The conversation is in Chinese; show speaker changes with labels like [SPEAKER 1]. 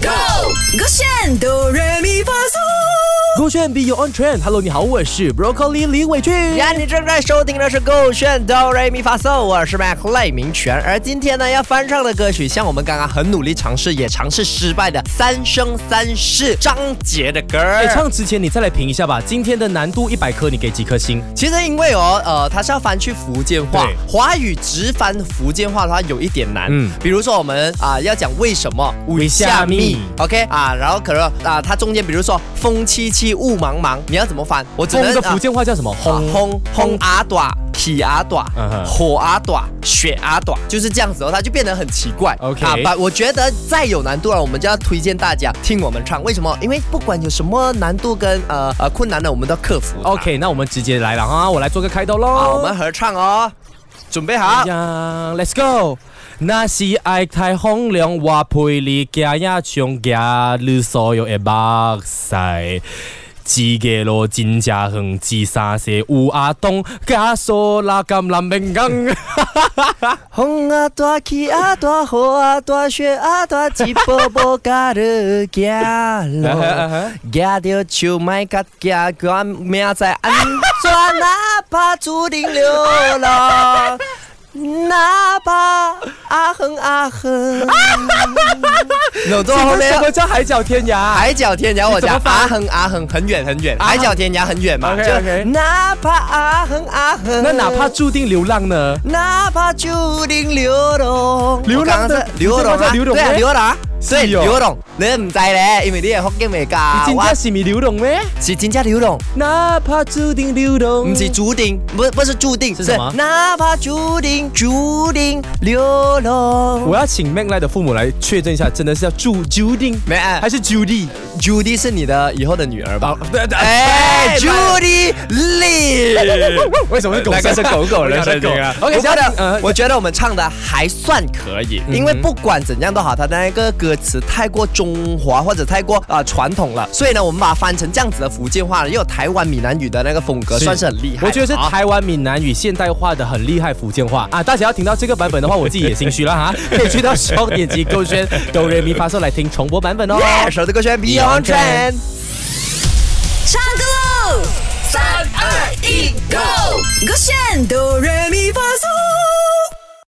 [SPEAKER 1] Go！勾选哆来咪发嗦，
[SPEAKER 2] 勾选 Be Your On Trend。Hello，你好，我是 Broccoli 李伟俊。
[SPEAKER 3] 呀，你正在收听的是《够炫哆瑞咪发嗦》，我是 Mac 赖明全。而今天呢，要翻唱的歌曲，像我们刚刚很努力尝试，也尝试失败的《三生三世》张杰的歌。
[SPEAKER 2] 哎，唱之前你再来评一下吧。今天的难度一百颗，你给几颗星？
[SPEAKER 3] 其实因为哦，呃，它是要翻去福建话
[SPEAKER 2] 对，
[SPEAKER 3] 华语直翻福建话的话有一点难。
[SPEAKER 2] 嗯
[SPEAKER 3] 嗯，比如说我们啊、要讲为什么
[SPEAKER 2] 为虾米
[SPEAKER 3] ，OK 啊，然后可能啊，它中间比如说风凄凄雾茫茫，你要怎么翻？我只
[SPEAKER 2] 我
[SPEAKER 3] 能
[SPEAKER 2] 们的
[SPEAKER 3] 啊
[SPEAKER 2] 福建话叫什么？
[SPEAKER 3] 轰轰轰阿短，皮阿短
[SPEAKER 2] 嗯哼，
[SPEAKER 3] 火阿短，雪阿短，就是这样子哦，它就变得很奇怪。
[SPEAKER 2] OK
[SPEAKER 3] 把我觉得再有难度了，我们就要推荐大家听我们唱。为什么？因为不管有什么难度跟呃呃困难的，我们都要克服它。
[SPEAKER 2] OK，那我们直接来了啊！我来做个开头喽。
[SPEAKER 3] 好，我们合唱哦，准备好
[SPEAKER 2] 一。样，Let's go。若是爱太荒凉，我陪你行呀上行，你所有的目屎。自己路真正远，自三世有阿东，加索拉甘南边港。
[SPEAKER 3] 风啊大，气啊大，雨啊大，雪啊大，一步步甲你行路，行着手莫甲行惯，明仔安怎？哪怕注定流浪，哪怕啊哼啊哼。有多
[SPEAKER 2] 这
[SPEAKER 3] 后
[SPEAKER 2] 个
[SPEAKER 3] 面
[SPEAKER 2] 什么叫海角天涯？
[SPEAKER 3] 海角天涯，我
[SPEAKER 2] 怎
[SPEAKER 3] 讲
[SPEAKER 2] 么翻
[SPEAKER 3] 啊哼啊哼，很远很远，
[SPEAKER 2] 啊
[SPEAKER 3] 海角天涯很远嘛，
[SPEAKER 2] OK，OK
[SPEAKER 3] 哪怕啊哼啊哼，
[SPEAKER 2] 那哪怕注定流浪呢？
[SPEAKER 3] 哪怕注定流浪，
[SPEAKER 2] 流浪的
[SPEAKER 3] 流
[SPEAKER 2] 你知道
[SPEAKER 3] 浪
[SPEAKER 2] 叫
[SPEAKER 3] 啊，
[SPEAKER 2] 流浪
[SPEAKER 3] 对啊，
[SPEAKER 2] 咩
[SPEAKER 3] 流浪啊，对，
[SPEAKER 2] 是哦
[SPEAKER 3] 流浪，你唔知咧，因为你系福建未教，
[SPEAKER 2] 你真
[SPEAKER 3] 我啊
[SPEAKER 2] 正是咪流浪咩？
[SPEAKER 3] 是真正流浪，
[SPEAKER 2] 哪怕注定流浪，
[SPEAKER 3] 唔是注定，不不是注定，
[SPEAKER 2] 是什么
[SPEAKER 3] 哪怕注定注定流浪，
[SPEAKER 2] 我要请 Mac 来的父母来确认一下，真的是要注注定
[SPEAKER 3] 没啊
[SPEAKER 2] 还是 Judy？
[SPEAKER 3] ，Judy 是你的以后的女儿吧？
[SPEAKER 2] 啊，对对
[SPEAKER 3] 哎
[SPEAKER 2] 哎
[SPEAKER 3] ，Judy Lee。
[SPEAKER 2] 为什么是狗
[SPEAKER 3] 那
[SPEAKER 2] 声？
[SPEAKER 3] 个是狗 狗人
[SPEAKER 2] 我
[SPEAKER 3] 声
[SPEAKER 2] 讲
[SPEAKER 3] 音
[SPEAKER 2] 的嗯
[SPEAKER 3] 啊。
[SPEAKER 2] 狗
[SPEAKER 3] OK，觉
[SPEAKER 2] 呃
[SPEAKER 3] 得我觉得我们唱的还算可以，因为不管怎样都好，它的那个歌词太过中华或者太过啊传统了，所以呢，我们把它翻成这样子的福建话了，又有台湾闽南语的那个风格，
[SPEAKER 2] 是
[SPEAKER 3] 算是很厉害啊的。
[SPEAKER 2] 我觉得是
[SPEAKER 3] 好
[SPEAKER 2] 台湾闽南语现代化的很厉害福建话啊！大家要听到这个版本的话，我自己也心虚了哈， 可以去到双点击勾选哆瑞咪发嗦来听重播版本哦。
[SPEAKER 3] 耶，首的歌选 Beyond Trend。
[SPEAKER 1] 唱歌喽！三二一，Go！勾选哆来咪发嗦。